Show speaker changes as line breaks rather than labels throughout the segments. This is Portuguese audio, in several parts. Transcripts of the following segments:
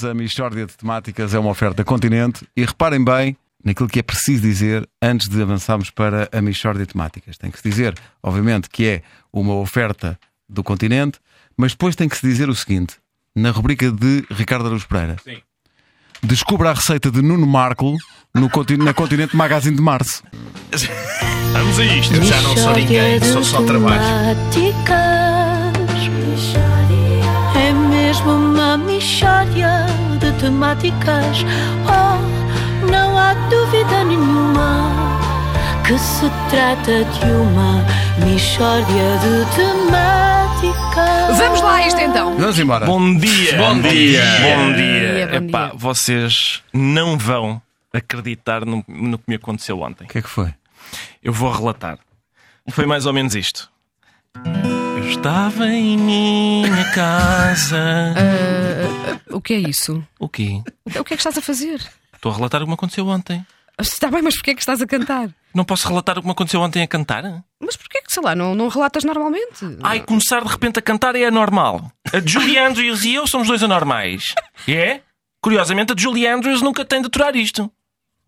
A Michórdia de Temáticas é uma oferta continente e reparem bem naquilo que é preciso dizer antes de avançarmos para a Michórdia de Temáticas. Tem que se dizer, obviamente, que é uma oferta do continente, mas depois tem que se dizer o seguinte, na rubrica de Ricardo Araújo Pereira.
Sim.
Descubra a receita de Nuno Marco no conti- na Continente Magazine de Março.
Vamos a isto.
Eu já não sou ninguém, sou só trabalho.
É mesmo uma mixária de temáticas. Oh, não há dúvida nenhuma que se trata de uma mixária de temáticas.
Vamos lá, a isto então.
Vamos embora.
Bom dia. Bom
dia.
Bom
dia,
dia.
bom
Epá,
dia.
vocês não vão acreditar no, no que me aconteceu ontem.
O que é que foi?
Eu vou relatar. Foi mais ou menos isto. Eu estava em minha casa.
O que é isso?
O quê?
O que é que estás a fazer?
Estou a relatar o que me aconteceu ontem.
Está bem, mas porquê é que estás a cantar?
Não posso relatar o que me aconteceu ontem a cantar?
Mas porquê que, sei lá, não, não relatas normalmente?
Ai, começar de repente a cantar é anormal. A Julie Andrews e eu somos dois anormais. É? Curiosamente, a Julie Andrews nunca tem de aturar isto.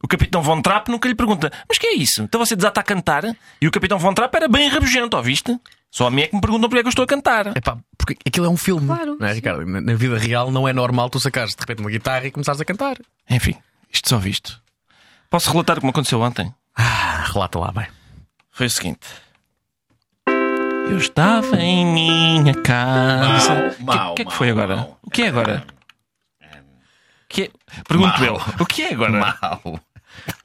O Capitão Von Trapp nunca lhe pergunta: Mas que é isso? Então você desata a cantar? E o Capitão Von Trapp era bem rabugento, ouviste? Só a mim é que me perguntam porque é que eu estou a cantar.
Epá, porque aquilo é um filme,
Claro,
não é,
sim.
Ricardo? Na, na vida real não é normal tu sacares de repente uma guitarra e começares a cantar.
Enfim, isto só visto. Posso relatar o que me aconteceu ontem?
Ah, relata lá, bem.
Foi o seguinte. Eu estava em minha casa. O que, que é que foi agora? O que é agora? Que é- Pergunto
Mau.
eu. O que é agora?
Mau.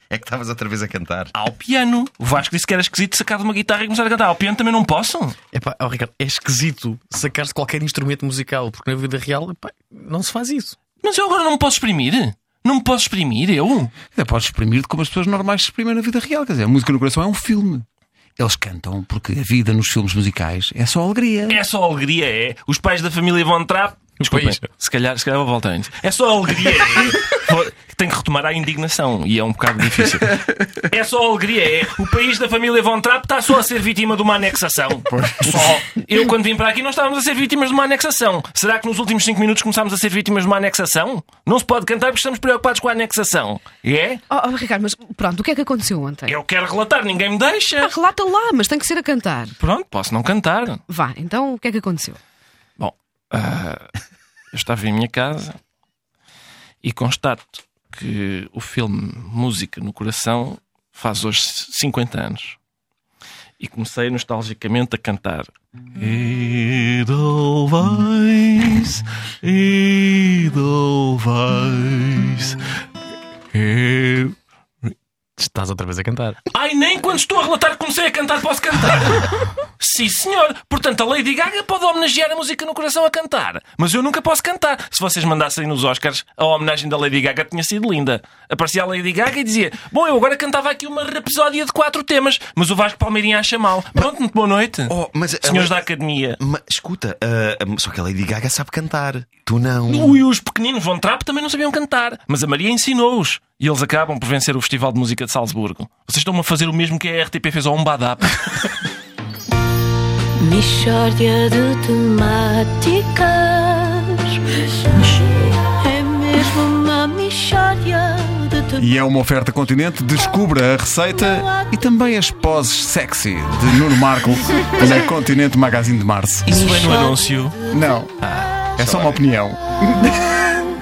É que estavas outra vez a cantar.
Ao piano. O Vasco disse que era esquisito sacar de uma guitarra e começar a cantar. Ao piano também não posso?
Epá, ó, Ricardo, é esquisito sacares qualquer instrumento musical, porque na vida real epá, não se faz isso.
Mas eu agora não me posso exprimir? Não me posso exprimir, eu?
Ainda É, podes exprimir-te como as pessoas normais se exprimem na vida real. Quer dizer, a música no coração é um filme. Eles cantam porque a vida nos filmes musicais é só alegria.
É só alegria, é. Os pais da família Von Trapp. Desculpem,
Pois.
se calhar, se calhar vou voltar antes. É só alegria, é. Vou- Tenho que retomar a indignação e é um bocado difícil. É só alegria, é. O país da família Von Trapp está só a ser vítima de uma anexação. Só. Eu, quando vim para aqui, não estávamos a ser vítimas de uma anexação. Será que nos últimos 5 minutos começámos a ser vítimas de uma anexação? Não se pode cantar porque estamos preocupados com a anexação. É?
Oh, oh, Ricardo, mas pronto, o que é que aconteceu ontem?
Eu quero relatar, ninguém me
Ah,
deixa.
relata lá, mas tem que ser a cantar.
Pronto, posso não cantar.
Vá, então o que é que aconteceu?
Bom, ah, eu estava em minha casa e constato que o filme Música no Coração faz hoje 50 anos. E comecei nostalgicamente a cantar. Edelweiss, Edelweiss. E-
Estás outra vez a cantar.
Ai, nem quando estou a relatar que comecei a cantar posso cantar. Sim, senhor. Portanto, a Lady Gaga pode homenagear a música no coração a cantar. Mas eu nunca posso cantar. Se vocês mandassem nos Oscars, a homenagem da Lady Gaga tinha sido linda. Aparecia a Lady Gaga e dizia: Bom, eu agora cantava aqui uma rapsódia de quatro temas, mas o Vasco Palmeirinha acha mal. Pronto, muito boa noite.
Oh, mas a
Senhores da
Lady-
academia.
Ma- escuta, ah, ah, só que a Lady Gaga sabe cantar. Tu não.
E os pequeninos Von Trapp também não sabiam cantar, mas a Maria ensinou-os. E eles acabam por vencer o Festival de Música de Salzburgo. Vocês estão-me a fazer o mesmo que a RTP fez ao Umbadap.
Mixórdia de temáticas. É mesmo uma mixórdia de temáticas.
E é uma oferta continente. Descubra a receita e também as poses sexy de Nuno Marco na Continente Magazine de Março.
Isso vem no anúncio.
Não, é só uma opinião.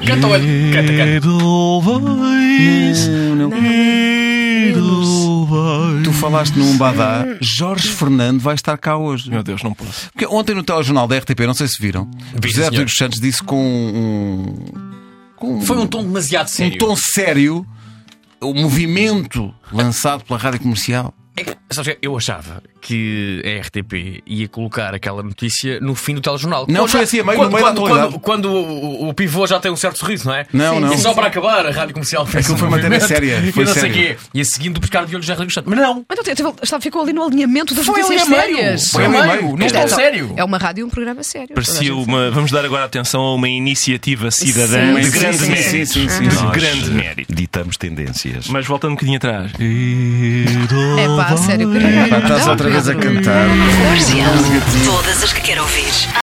Canta, olha, canta, canta.
Edelweiss, Edelweiss.
Tu falaste num badá, Jorge Fernando vai estar cá hoje.
Meu Deus, não posso.
Porque ontem no telejornal da RTP, não sei se viram,
Vi,
José
senhor.
Artur dos Santos disse com um, com
Foi um tom demasiado
um
sério.
tom sério o movimento lançado pela rádio comercial.
É que, sabes que eu achava que a RTP ia colocar aquela notícia no fim do telejornal.
Não,
Quando
foi
já-
assim, a meio,
quando,
no meio da
quando,
atualidade.
Quando, quando o, o pivô já tem um certo sorriso, não é?
Não,
E
não.
só para acabar, a rádio comercial fez
Aquilo
um
foi matéria
movimento,
séria,
e
foi
não sei
sério.
quê. E a seguindo, buscar de olhos já Rádio Mas não!
Então, teve- estava- ficou ali no alinhamento das
Foi ali
notícias
a meio.
sérias.
Foi a
Foi a
meio!
meio.
Não
Então,
estou sério!
É uma rádio e um programa sério.
Parecia
Toda a gente-
uma. Vamos dar agora atenção a uma iniciativa cidadã
Sim,
de
sim,
grande
sim,
mérito.
sim, sim, sim,
de
sim.
grande mérito.
é Ditamos tendências.
Mas voltando um bocadinho atrás.
É pá, a sério. Pedro.
Estás
Não,
outra vez a
Pedro.
cantar.
Comercial. Todas as que quer ouvir.